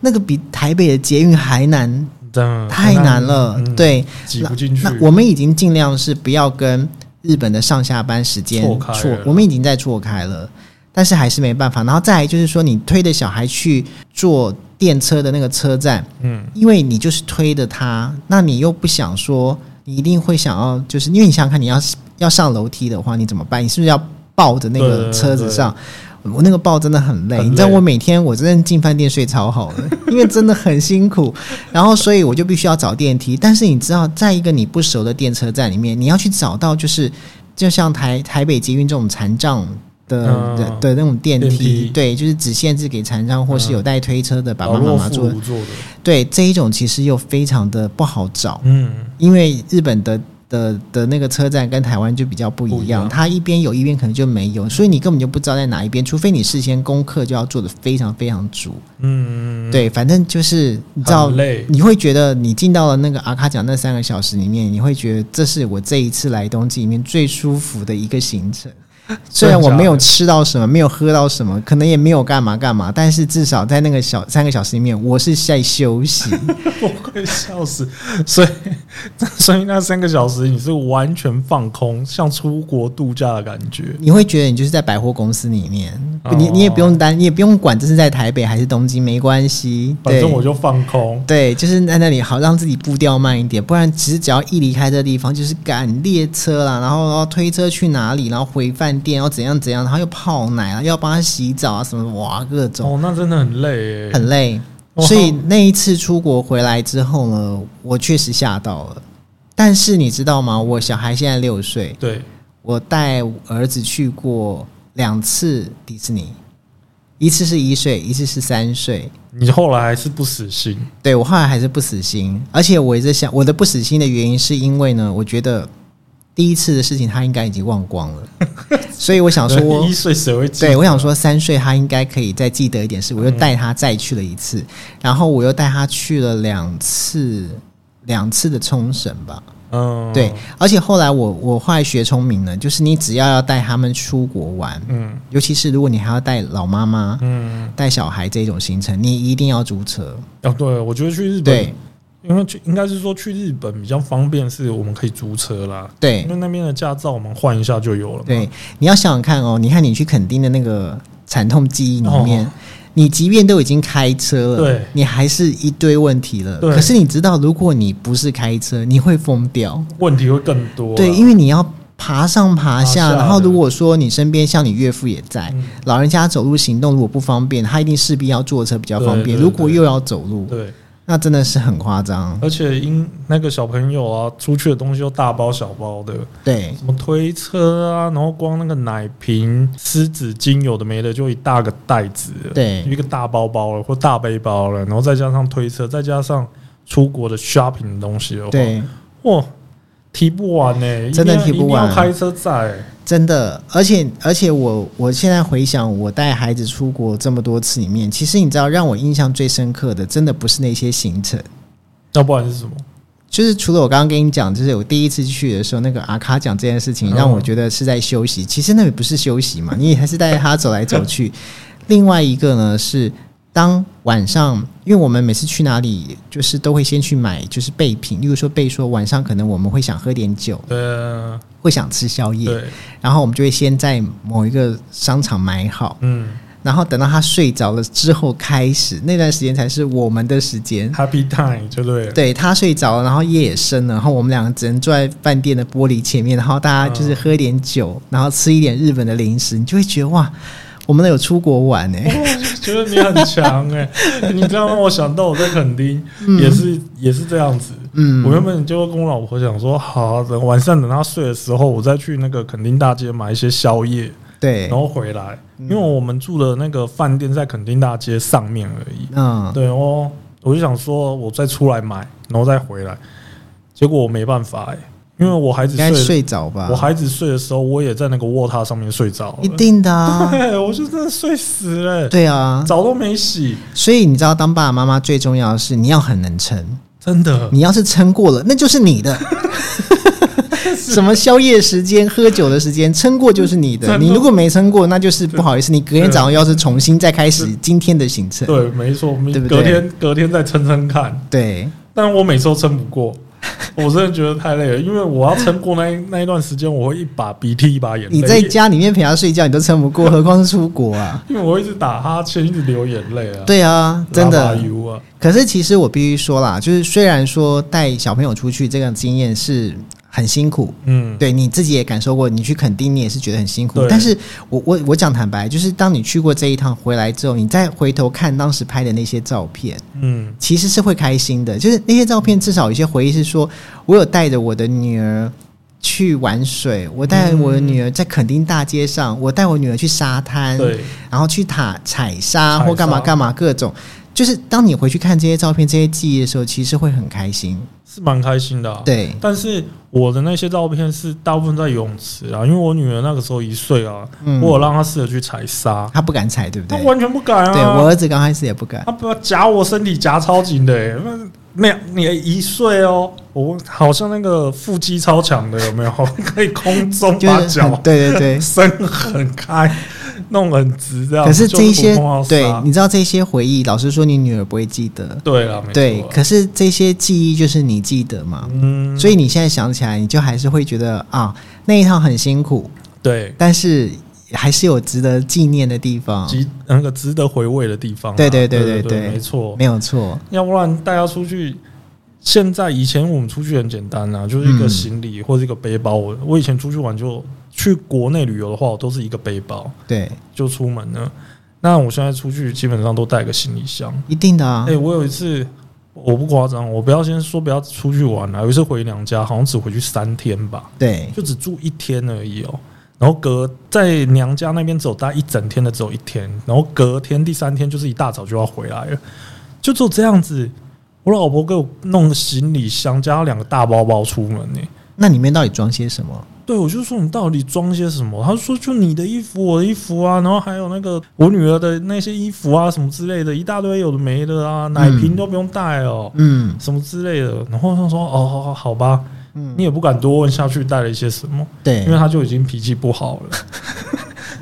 A: 那个比台北的捷运还难，
B: 真的
A: 太难了。，对，
B: 嗯挤不进去。
A: 那我们已经尽量是不要跟日本的上下班时间
B: 错开了
A: 我们已经在错开了，但是还是没办法。然后再来就是说，你推着小孩去坐电车的那个车站，
B: 嗯，
A: 因为你就是推着他，那你又不想说，你一定会想要，就是因为你想想看，你要要上楼梯的话，你怎么办？你是不是要抱着那个
B: 对
A: 车子上？我那个抱真的很累，
B: 很累
A: 你知道我每天我真的进饭店睡超好的， [laughs] 因为真的很辛苦，然后所以我就必须要找电梯。但是你知道，在一个你不熟的电车站里面，你要去找到就是就像台台北捷运这种残障的、
B: 嗯
A: 的的那种电梯，
B: 电梯嗯
A: 对，就是只限制给残障或是有带推车的爸
B: 老
A: 爸妈
B: 弱
A: 妈坐
B: 妇
A: 的
B: 孺做的，
A: 对这一种其实又非常的不好找，
B: 嗯，
A: 因为日本的的的那个车站跟台湾就比较不一样，
B: 不一样
A: 它一边有一边可能就没有，所以你根本就不知道在哪一边，除非你事先功课就要做的非常非常足。
B: 嗯，
A: 对，反正就是你知道
B: 很，累， [laughs]
A: 你会觉得你进到了那个阿卡奖那三个小时里面，你会觉得这是我这一次来东京里面最舒服的一个行
B: [laughs]
A: 程。虽然我没有吃到什么，没有喝到什么，可能也没有干嘛干嘛，但是至少在那个小三个小时里面，我是在休息。
B: 我快笑死。所以，所以那三个小时你是完全放空，像出国度假的感觉。
A: 你会觉得你就是在百货公司里面，
B: 哦
A: 你你也不用担，你也不用管这是在台北还是东京，没关系。
B: 反
A: 对
B: 正我就放空，
A: 对，就是在那里好让自己步调慢一点，不然其实只要一离开这地方，就是赶列车啦，然后然后推车去哪里，然后回饭店，然后怎样怎样，然后又泡奶啊，又要帮他洗澡啊，什么哇各种
B: 哦，那真的很累耶，
A: 很累。
B: 哇
A: 所以那一次出国回来之后呢，我确实吓到了。但是你知道吗？我小孩现在六岁，
B: 对，
A: 我带儿子去过两次迪士尼，一次是一岁，一次是三岁。
B: 你后来还是不死心，
A: 对我后来还是不死心，而且我一直想，我的不死心的原因是因为呢，我觉得第一次的事情他应该已经忘光
B: [laughs]
A: 了，所以我想啊说我
B: 一岁谁会记得
A: 对，我想说三岁他应该可以再记得一点事，我又带他再去了一次，然后我又带他去了两次，两次的冲绳吧，
B: 嗯，
A: 对，，而且后来我我后来学聪明了，就是你只要要带他们出国玩，
B: 嗯
A: 尤其是如果你还要带老妈妈、
B: 嗯，
A: 带小孩这种行程，你一定要租车。
B: 哦，对，我觉得去日本
A: 对，
B: 因为去应该是说去日本比较方便，是我们可以租车啦，
A: 对
B: 因为那边的驾照我们换一下就有了嘛。
A: 对，你要想想看哦，你看你去垦丁的那个惨痛记忆里面，
B: 哦
A: 你即便都已经开车了，
B: 对
A: 你还是一堆问题了。
B: 对
A: 可是你知道，如果你不是开车，你会疯掉。
B: 问题会更多啦。
A: 对，因为你要爬上爬下，
B: 爬下
A: 然后
B: 的
A: 如果说你身边像你岳父也在，
B: 嗯
A: 老人家走路行动如果不方便，他一定势必要坐车比较方
B: 对
A: 便。
B: 对
A: 如果又要走路，
B: 对，
A: 那真的是很夸张。
B: 而且因那个小朋友啊，出去的东西又大包小包的，
A: 对
B: 什么推车啊，然后光那个奶瓶、湿纸巾，有的没的就一大个袋子了，
A: 对
B: 一个大包包了或大背包了，然后再加上推车，再加上出国的 shopping 的东西的话，
A: 对，
B: 哇，提不完呢、一定
A: 真的
B: 要
A: 提不完啊
B: 一定要开车载、
A: 真的，而且而且我我现在回想，我带孩子出国这么多次里面，其实你知道让我印象最深刻的，真的不是那些行程，
B: 要不然是什么？
A: 就是除了我刚刚跟你讲，就是我第一次去的时候，那个阿卡讲这件事情，
B: 哦
A: 让我觉得是在休息。其实那也不是休息嘛，你也还是带着他走来走去。另外一个呢是，当晚上，因为我们每次去哪里，就是都会先去买就是备品，例如说备说晚上可能我们会想喝点酒，
B: 呃，
A: 会想吃宵夜，
B: 对，
A: 然后我们就会先在某一个商场买好，
B: 嗯
A: 然后等到他睡着了之后开始，那段时间才是我们的时间。
B: ，Happy Time 就对了，
A: 对他睡着了，然后夜也深了，然后我们两个只能坐在饭店的玻璃前面，然后大家就是喝一点酒，然后吃一点日本的零食，你就会觉得哇，我们有出国玩哎、
B: [laughs] 觉得你很强
A: [laughs]
B: 哎、你这样让我想到我在垦丁、也是也是这样子。我
A: 嗯，
B: 原本就跟我老婆讲说，好啊、等晚上等她睡的时候，我再去那个垦丁大街买一些宵夜，
A: 对
B: 然，后回来，
A: 嗯
B: 因为我们住的那个饭店在垦丁大街上面而已。
A: 嗯，
B: 对哦，我就想说，我再出来买，然后再回来。结果我没办法哎、因为我孩子
A: 应该
B: 睡，
A: 睡着吧
B: 我，孩子睡的时候，我也在那个卧榻上面睡着了
A: 一。定的啊，
B: 对， [laughs] 我就真的睡死了、
A: 对啊，
B: 澡都没洗，
A: 所以你知道，当爸爸妈妈最重要的是你要很能撑，
B: 真的。
A: [laughs] 你要是撑过了，那就是你 [laughs] 的。什么宵夜时间、喝酒的时间，撑过就是你的。
B: 真的
A: 你如果没撑过，那就是不好意思，你隔天早上要是重新再开始今天的行程，
B: 对，没错，我们
A: 对不对
B: 隔天隔天再撑撑看。
A: 对
B: 但我每次都撑不
A: [laughs]
B: 过，我真的觉得太累了，因为我要撑过那一那一段时间，我会一把鼻涕一把眼泪。
A: 你在家里面陪他睡觉，你都撑不 [laughs] 过，何况是出国啊？
B: 因为我会一直打哈欠，一直流眼泪啊，
A: 对啊，真
B: 拉
A: 的
B: 拉。油啊，
A: 可是其实我必须说啦，就是虽然说带小朋友出去这个经验是很辛苦，
B: 嗯，
A: 对你自己也感受过，你去垦丁你也是觉得很辛苦
B: 对。
A: 但是我我我讲坦白，就是当你去过这一趟回来之后，你再回头看当时拍的那些照片，
B: 嗯，
A: 其实是会开心的。就是那些照片至少有一些回忆是说，我有带着我的女儿。去玩水，我带我
B: 嗯
A: 的女儿在垦丁大街上，我带我女儿去沙滩，
B: 对，
A: 然后去塔采沙
B: 采
A: 或干嘛
B: 沙
A: 干嘛各种，就是当你回去看这些照片、这些记忆的时候，其实会很开心。
B: 是蛮开心的、啊。，
A: 对，
B: 但是我的那些照片是大部分在游泳池啊，因为我女儿那个时候一岁啊，
A: 嗯
B: 我有让她试着去踩沙，
A: 他不敢踩，对不
B: 她
A: 对？
B: 完全不敢啊。
A: 对我儿子刚开始也不敢。
B: [laughs] 他不要夹我身体夹超紧的、欸，那那样你一岁哦，我好像那个腹肌超强的，有没有？ [laughs] 可以空中
A: 就
B: 把
A: 是很
B: 脚
A: 对对
B: [laughs]
A: 对。
B: 伸很开，弄很直这样。
A: 可是
B: 就
A: 这一些
B: 不碰到，沙
A: 对，你知道这些回忆，老实说，你女儿不会记得。
B: 对了，没
A: 对，
B: 错啊
A: 可是这些记忆就是你记得嘛，
B: 嗯，
A: 所以你现在想起来，你就还是会觉得啊，那一趟很辛苦，
B: 对，
A: 但是还是有值得纪念的地方，
B: 值那个值得回味的地方啊、
A: 对对对对
B: 对对，
A: 对
B: 没错。
A: 没有错。
B: 要不然大家出去，现在以前我们出去很简单啊，就是一个
A: 嗯
B: 行李或者一个背包。我我以前出去玩就去国内旅游的话，我都是一个背包。
A: 对，
B: 就出门了。那我现在出去基本上都带个行李箱。
A: 一定的啊
B: 哎、。我有一次，我不夸张，我不要先说不要出去玩了，有一次回娘家，好像只回去三天吧，
A: 对，
B: 就只住一天而已哦、然后隔在娘家那边只有待一整天的，只有一天。然后隔天第三天就是一大早就要回来了，就只有这样子。我老婆给我弄个行李箱加两个大包包出门呢、
A: 那里面到底装些什么？
B: 对，我就说你到底装些什么？他说就你的衣服、我的衣服啊，然后还有那个我女儿的那些衣服啊，什么之类的，一大堆有的没的啊，奶瓶都不用带哦，
A: 嗯
B: 什么之类的。然后他说哦，好好好吧，你
A: 嗯，
B: 也不敢多问下去带了一些什么，
A: 对
B: [laughs] 因为，他就已经脾气不好了。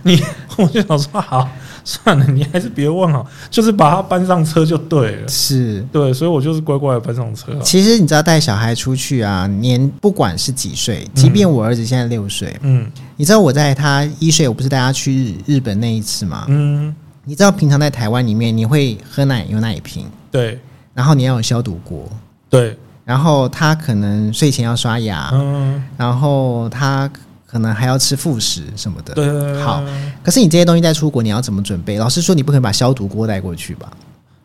B: 你我就想说好，算了，你还是别问好，就是把它搬上车就对了。
A: 是。
B: 对，所以我就是乖乖的搬上车啊了。
A: 其实你知道带小孩出去啊，年不管是几岁，即便我儿子现在六岁，
B: 嗯
A: 你知道我在他一岁，我不是带他去日本那一次吗？
B: 嗯，
A: 你知道平常在台湾里面，你会喝奶有奶瓶，
B: 对
A: 然后你要有消毒锅，
B: 对，
A: 然后他可能睡前要刷牙，
B: 嗯
A: 然后他可能还要吃副食什么的。
B: 对对。对
A: 好
B: 对对
A: 可是你这些东西在出国，你要怎么准备？老师说你不可能把消毒锅带过去吧？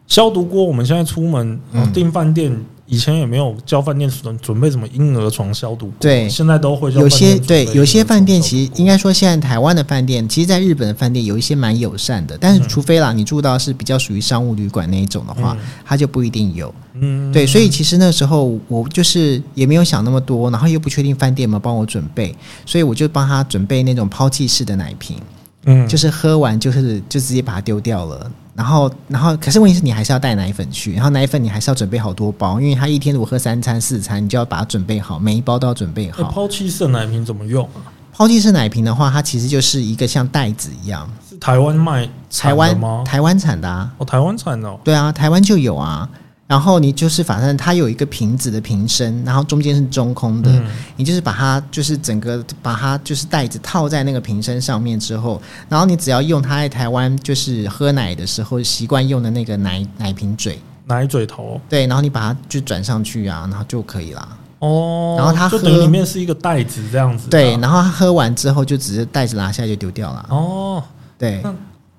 B: 消毒锅，我们现在出门
A: 嗯
B: 呃订饭店，以前也没有教饭店准准备什么婴儿床消毒锅，
A: 对
B: 现在都会叫
A: 有
B: 饭店
A: 些
B: 准备
A: 对
B: 婴儿，
A: 有些
B: 床
A: 饭店
B: 消
A: 其实
B: 毒锅
A: 应该说，现在台湾的饭
B: 嗯
A: 店，其实，在日本的饭店有一些蛮友善的，但是除非啦，你住到是比较属于商务旅馆那一种的话，它就不一定有。
B: 嗯
A: 对，所以其实那时候我就是也没有想那么多，然后又不确定饭店有没有帮我准备，所以我就帮他准备那种抛弃式的奶瓶，
B: 嗯
A: 就是喝完就是就直接把它丢掉了。然后，然后，可是问题是你还是要带奶粉去，然后奶粉你还是要准备好多包，因为他一天如果喝三餐四餐，你就要把它准备
B: 嗯
A: 好，每一包都要准备
B: 那
A: 好。
B: 哎抛弃式奶瓶怎么用啊？
A: 抛弃式奶瓶的话，它其实就是一个像袋子一样，
B: 是台湾卖产
A: 台
B: 的
A: 湾
B: 吗？
A: 台湾产的啊，
B: 哦，台湾产的哦，
A: 对啊，台湾就有啊。然后你就是反正它有一个瓶子的瓶身，然后中间是中空的，
B: 嗯
A: 你就是把它就是整个把它就是袋子套在那个瓶身上面之后，然后你只要用它在台湾就是喝奶的时候习惯用的那个奶奶瓶嘴，
B: 奶嘴头
A: 对，然后你把它就转上去啊，然后就可以啦。
B: 哦，
A: 然后它
B: 就等于
A: 喝
B: 里面是一个袋子这样子啊，
A: 对，然后它喝完之后就只是袋子拿下来就丢掉啦。
B: 哦，
A: 对
B: 那，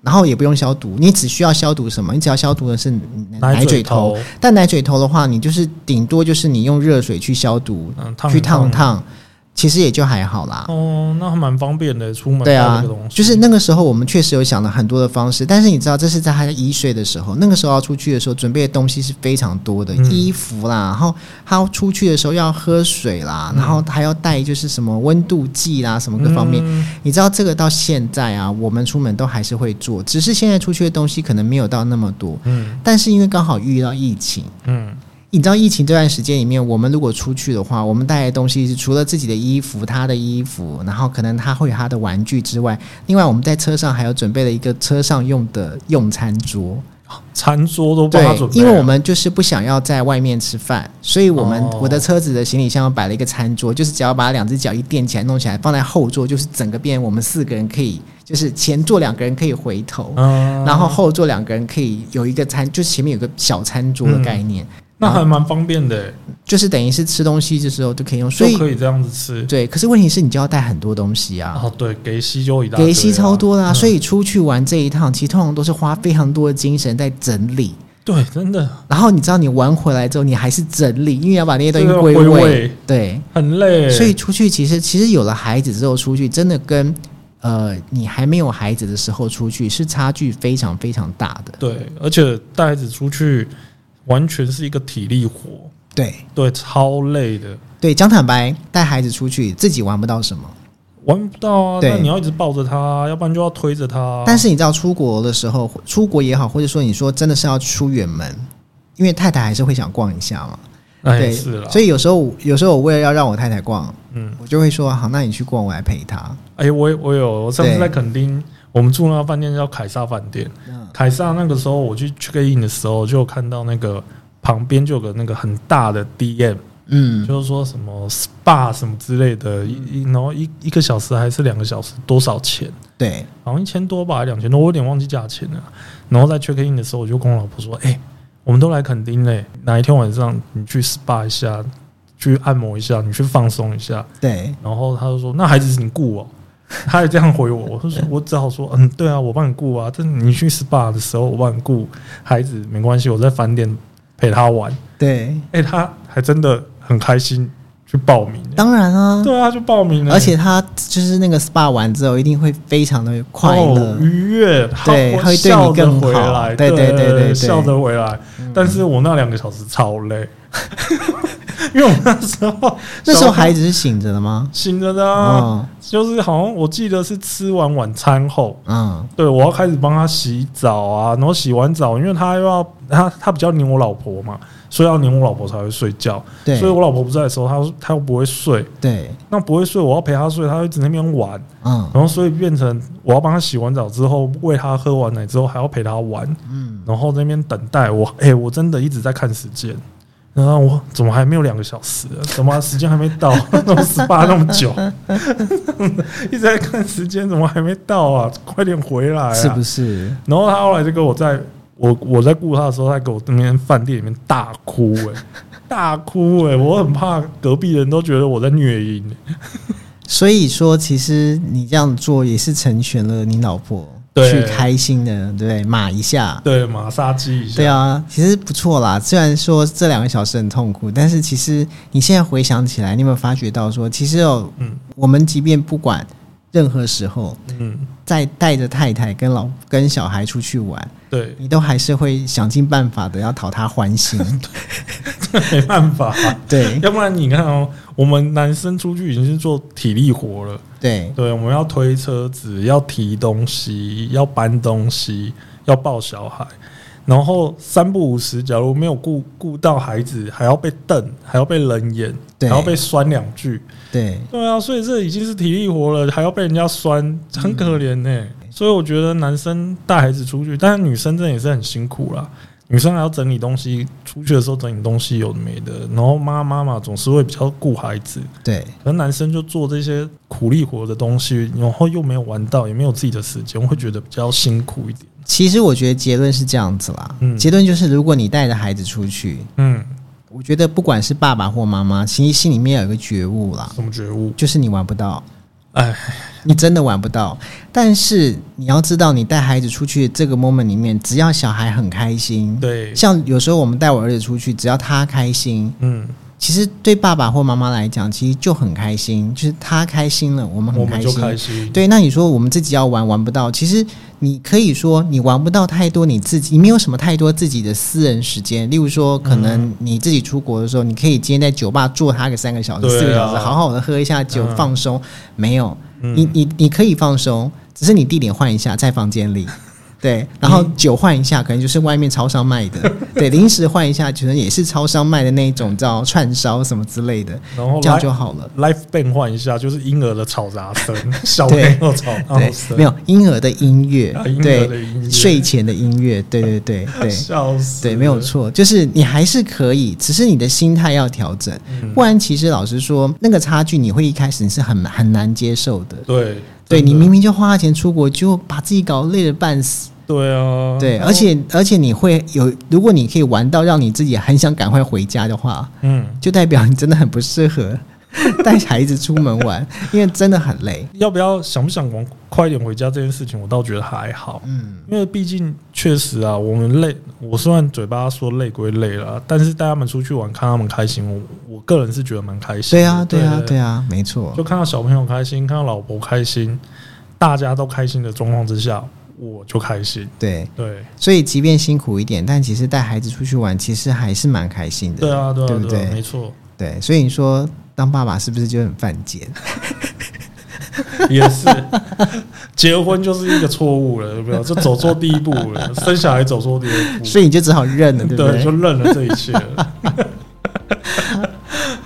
A: 然后也不用消毒，你只需要消毒什么？你只要消毒的是
B: 奶
A: 奶
B: 嘴
A: 嘴
B: 头
A: 头，但奶嘴头的话，你就是顶多就是你用热水去消毒，
B: 嗯，烫一
A: 去烫烫，其实也就还好啦。
B: 哦，那还蛮方便的，出门
A: 对
B: 带
A: 啊
B: 这个东，西
A: 就是那个时候我们确实有想了很多的方式，但是你知道，这是在他一岁的时候，那个时候要出去的时候，准备的东西是非常多的，
B: 嗯
A: 衣服啦，然后他要出去的时候要喝水啦，
B: 嗯
A: 然后还要带就是什么温度计啦，什么各方面，
B: 嗯
A: 你知道这个到现在啊，我们出门都还是会做，只是现在出去的东西可能没有到那么多，
B: 嗯
A: 但是因为刚好遇到疫情。
B: 嗯
A: 你知道疫情这段时间里面，我们如果出去的话，我们带的东西是除了自己的衣服、他的衣服，然后可能他会有他的玩具之外，另外我们在车上还有准备了一个车上用的用餐桌。
B: 餐桌都帮他
A: 对
B: 准，备了，
A: 因为我们就是不想要在外面吃饭，所以我们、
B: 哦
A: 我的车子的行李箱摆了一个餐桌，就是只要把两只脚一垫起来弄起来，放在后座，就是整个变我们四个人可以，就是前座两个人可以回头，
B: 嗯，
A: 然后后座两个人可以有一个餐，就是前面有个小餐桌的概念，
B: 那还蛮方便的，欸
A: 就是等于是吃东西的时候就可以用，所
B: 就
A: 以
B: 可以这样子吃。
A: 对，可是问题是你就要带很多东西啊。
B: 哦，对，给西就一大堆啊，
A: 给息超多啦、
B: 嗯
A: 所以出去玩这一趟，其实通常都是花非常多的精神在整理。
B: 对，真的
A: 然后你知道你玩回来之后，你还是整理，因为要把那些东西
B: 这个
A: 归
B: 啊归
A: 位。
B: 位
A: 对，
B: 很累。
A: 所以出去其实其实有了孩子之后出去，真的跟呃你还没有孩子的时候出去是差距非常非常大的。
B: 对，而且带孩子出去完全是一个体力活，
A: 对
B: 对，超累的，
A: 对，讲坦白，带孩子出去自己玩不到什么，
B: 玩不到啊。
A: 对
B: 那你要一直抱着他，要不然就要推着他。
A: 但是你知道出国的时候，出国也好，或者说你说真的是要出远门，因为太太还是会想逛一下嘛。
B: 那也
A: 对，
B: 哎是啦。
A: 所以有时候有时候我为了要让我太太逛，
B: 嗯，
A: 我就会说好，那你去逛，我来陪她。
B: 哎、我也我有，我上次
A: 对
B: 在垦丁，我们住那个饭店叫凯撒饭店。
A: 嗯
B: 凯撒那个时候我去 check in 的时候，就有看到那个旁边就有个那个很大的 DM，
A: 嗯，
B: 就是说什么 SPA 什么之类的，一一然后一一个小时还是两个小时多少钱？
A: 对，
B: 好像一千多吧，还两千多，我有点忘记价钱了。然后在 check in 的时候，我就跟我老婆说：“哎、我们都来垦丁嘞，哪一天晚上你去 SPA 一下，去按摩一下，你去放松一下。
A: 对，”
B: 然后他就说：“那孩子是你雇哦。”他也这样回我，我就说我只好说：“嗯，对啊，我帮你雇啊。但你去 SPA 的时候，我帮你雇孩子，没关系，我在饭店陪他玩。
A: 对，
B: 哎、他还真的很开心去报名、欸。
A: 当然啊，
B: 对啊，就报名了，
A: 而且她就是那个 SPA 完之后，一定会非常的快乐
B: 哦。愉悦，他
A: 对
B: 会
A: 会对你
B: 笑着
A: 更
B: 回
A: 好
B: 来，
A: 对
B: 对
A: 对对对对嗯
B: 笑着回来。但是我那两个小时超累， [laughs] 因为我那时候
A: 那时候孩子是醒着的吗？
B: 醒着的啊，
A: 嗯
B: 就是好像我记得是吃完晚餐后。
A: 嗯，
B: 对，我要开始帮他洗澡啊，然后洗完澡，因为他又要他他比较黏我老婆嘛，睡到黏我老婆才会睡觉。
A: 对
B: 所以我老婆不在的时候，她她又不会睡，
A: 对，
B: 那不会睡，我要陪她睡，她会一直在那边玩，
A: 嗯
B: 然后所以变成我要帮她洗完澡之后，喂她喝完奶之后，还要陪她玩，
A: 嗯，
B: 然后在那边等待我。哎、我真的一直在看时间。然后我怎么还没有两个小时啊？怎么时间还没到？ [laughs] 那么十八那么久， [laughs] 一直在看时间，怎么还没到啊？快点回来、啊！
A: 是不是？
B: 然后他后来就跟我在我我在雇他的时候，他给我那边饭店里面大哭哎、大哭哎、我很怕隔壁人都觉得我在虐婴。哎
A: 所以说，其实你这样做也是成全了你老婆，
B: 对
A: 去开心的，对不对？骂一下，
B: 对，马杀鸡一下。
A: 对啊，其实不错啦。虽然说这两个小时很痛苦，但是其实你现在回想起来，你有没有发觉到说，其实哦，
B: 嗯
A: 我们即便不管任何时候，
B: 嗯，
A: 在带着太太跟老跟小孩出去玩，
B: 对，
A: 你都还是会想尽办法的要讨她欢
B: [laughs]
A: 心。
B: 没
A: [laughs]
B: 办法，
A: 对
B: 要不然你看哦，我们男生出去已经是做体力活了，
A: 对
B: 对，我们要推车子，要提东西，要搬东西，要抱小孩。然后三不五时，假如没有顾顾到孩子，还要被瞪，还要被冷眼，还
A: 对
B: 要被酸两句，
A: 对，
B: 对啊，所以这已经是体力活了，还要被人家酸，很可怜呢、所以我觉得男生带孩子出去，但是女生真的也是很辛苦啦。女生还要整理东西，出去的时候整理东西有的没的，然后妈妈嘛总是会比较顾孩子，
A: 对
B: 可能男生就做这些苦力活的东西，然后又没有玩到，也没有自己的时间，会觉得比较辛苦一点。
A: 其实我觉得结论是这样子啦。
B: 嗯
A: 结论就是，如果你带着孩子出去，
B: 嗯，
A: 我觉得不管是爸爸或妈妈，其实心里面有一个觉悟啦，
B: 什么觉悟？
A: 就是你玩不到，
B: 哎，
A: 你真的玩不到。但是你要知道，你带孩子出去这个 moment 里面，只要小孩很开心，
B: 对，
A: 像有时候我们带我儿子出去，只要他开心，
B: 嗯，
A: 其实对爸爸或妈妈来讲，其实就很开心，就是他开心了，我们
B: 我
A: 很
B: 们
A: 开
B: 就
A: 心。
B: 开心。
A: 对，那你说我们自己要玩玩不到，其实你可以说你玩不到太多你自己，你没有什么太多自己的私人时间。例如说，可
B: 嗯
A: 能你自己出国的时候，你可以今天在酒吧坐他个三个小时、
B: 对啊
A: 四个小时，好好的喝一下酒、
B: 嗯
A: 放松。没有，
B: 嗯
A: 你你你可以放松，只是你地点换一下，在房间
B: [laughs]
A: 里。对，然后酒换一下，可能就是外面超商卖
B: [laughs]
A: 的；对，零食换一下，可能也是超商卖的那一种，叫串烧什么之类的，
B: 然后
A: 这样
B: 来
A: 就好了。
B: Life Band 换一下，就是婴儿的吵杂声，小朋
A: 对
B: 友吵闹
A: 对，
B: 声，
A: 没有婴儿的音乐
B: 啊婴，儿的音乐
A: 对，
B: [laughs]
A: 睡前的音乐，对对对对
B: 笑死，
A: 对，没有，错，就是你还是可以，只是你的心态要调整，
B: 嗯
A: 不然其实老实说，那个差距你会一开始你是很很难接受的。
B: 对，
A: 对
B: 真的
A: 你明明就花钱出国，就把自己搞累得半死。
B: 对啊，
A: 对，
B: 然后
A: 而且而且你会有，如果你可以玩到让你自己很想赶快回家的话，
B: 嗯，
A: 就代表你真的很不适
B: [laughs]
A: 合带孩子出门玩，因为真的很累。
B: 要不要想不想往快点回家这件事情，我倒觉得还好，
A: 嗯，
B: 因为毕竟确实啊，我们累，我虽然嘴巴说累归累了，但是带他们出去玩，看他们开心，我我个人是觉得蛮开心
A: 对
B: 的，
A: 啊，对啊，对
B: 啊，
A: 啊，没错。
B: 就看到小朋友开心，看到老婆开心，大家都开心的状况之下，我就开心，
A: 对，
B: 对，
A: 所以即便辛苦一点，但其实带孩子出去玩，其实还是蛮开心的。
B: 对啊，对
A: 对
B: 啊，
A: 不
B: 对啊，
A: 对
B: 没错。
A: 对所以你说当爸爸是不是就很犯贱？
B: 嗯 [laughs] 也是，结婚就是一个错误了，有没有？就走错第一步
A: [laughs]
B: 了，生小孩走错第二步，
A: 所以你就只好认了，对不
B: 对，就
A: 对？
B: 认了这一切了。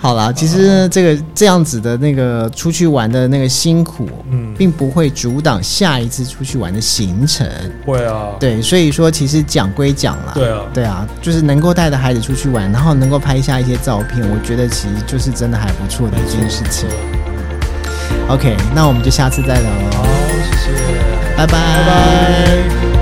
A: 好
B: 啊
A: 啦，其实呢这个这样子的那个出去玩的那个辛苦，
B: 嗯，
A: 并不会阻挡下一次出去玩的行程。
B: 会啊，
A: 对，所以说其实讲归讲啦，
B: 对啊
A: 对啊，就是能够带着孩子出去玩，然后能够拍下一些照片，我觉得其实就是真的还不错的一件事情。OK，那我们就下次再聊喽，
B: 好，谢谢，
A: 拜拜
B: 拜拜。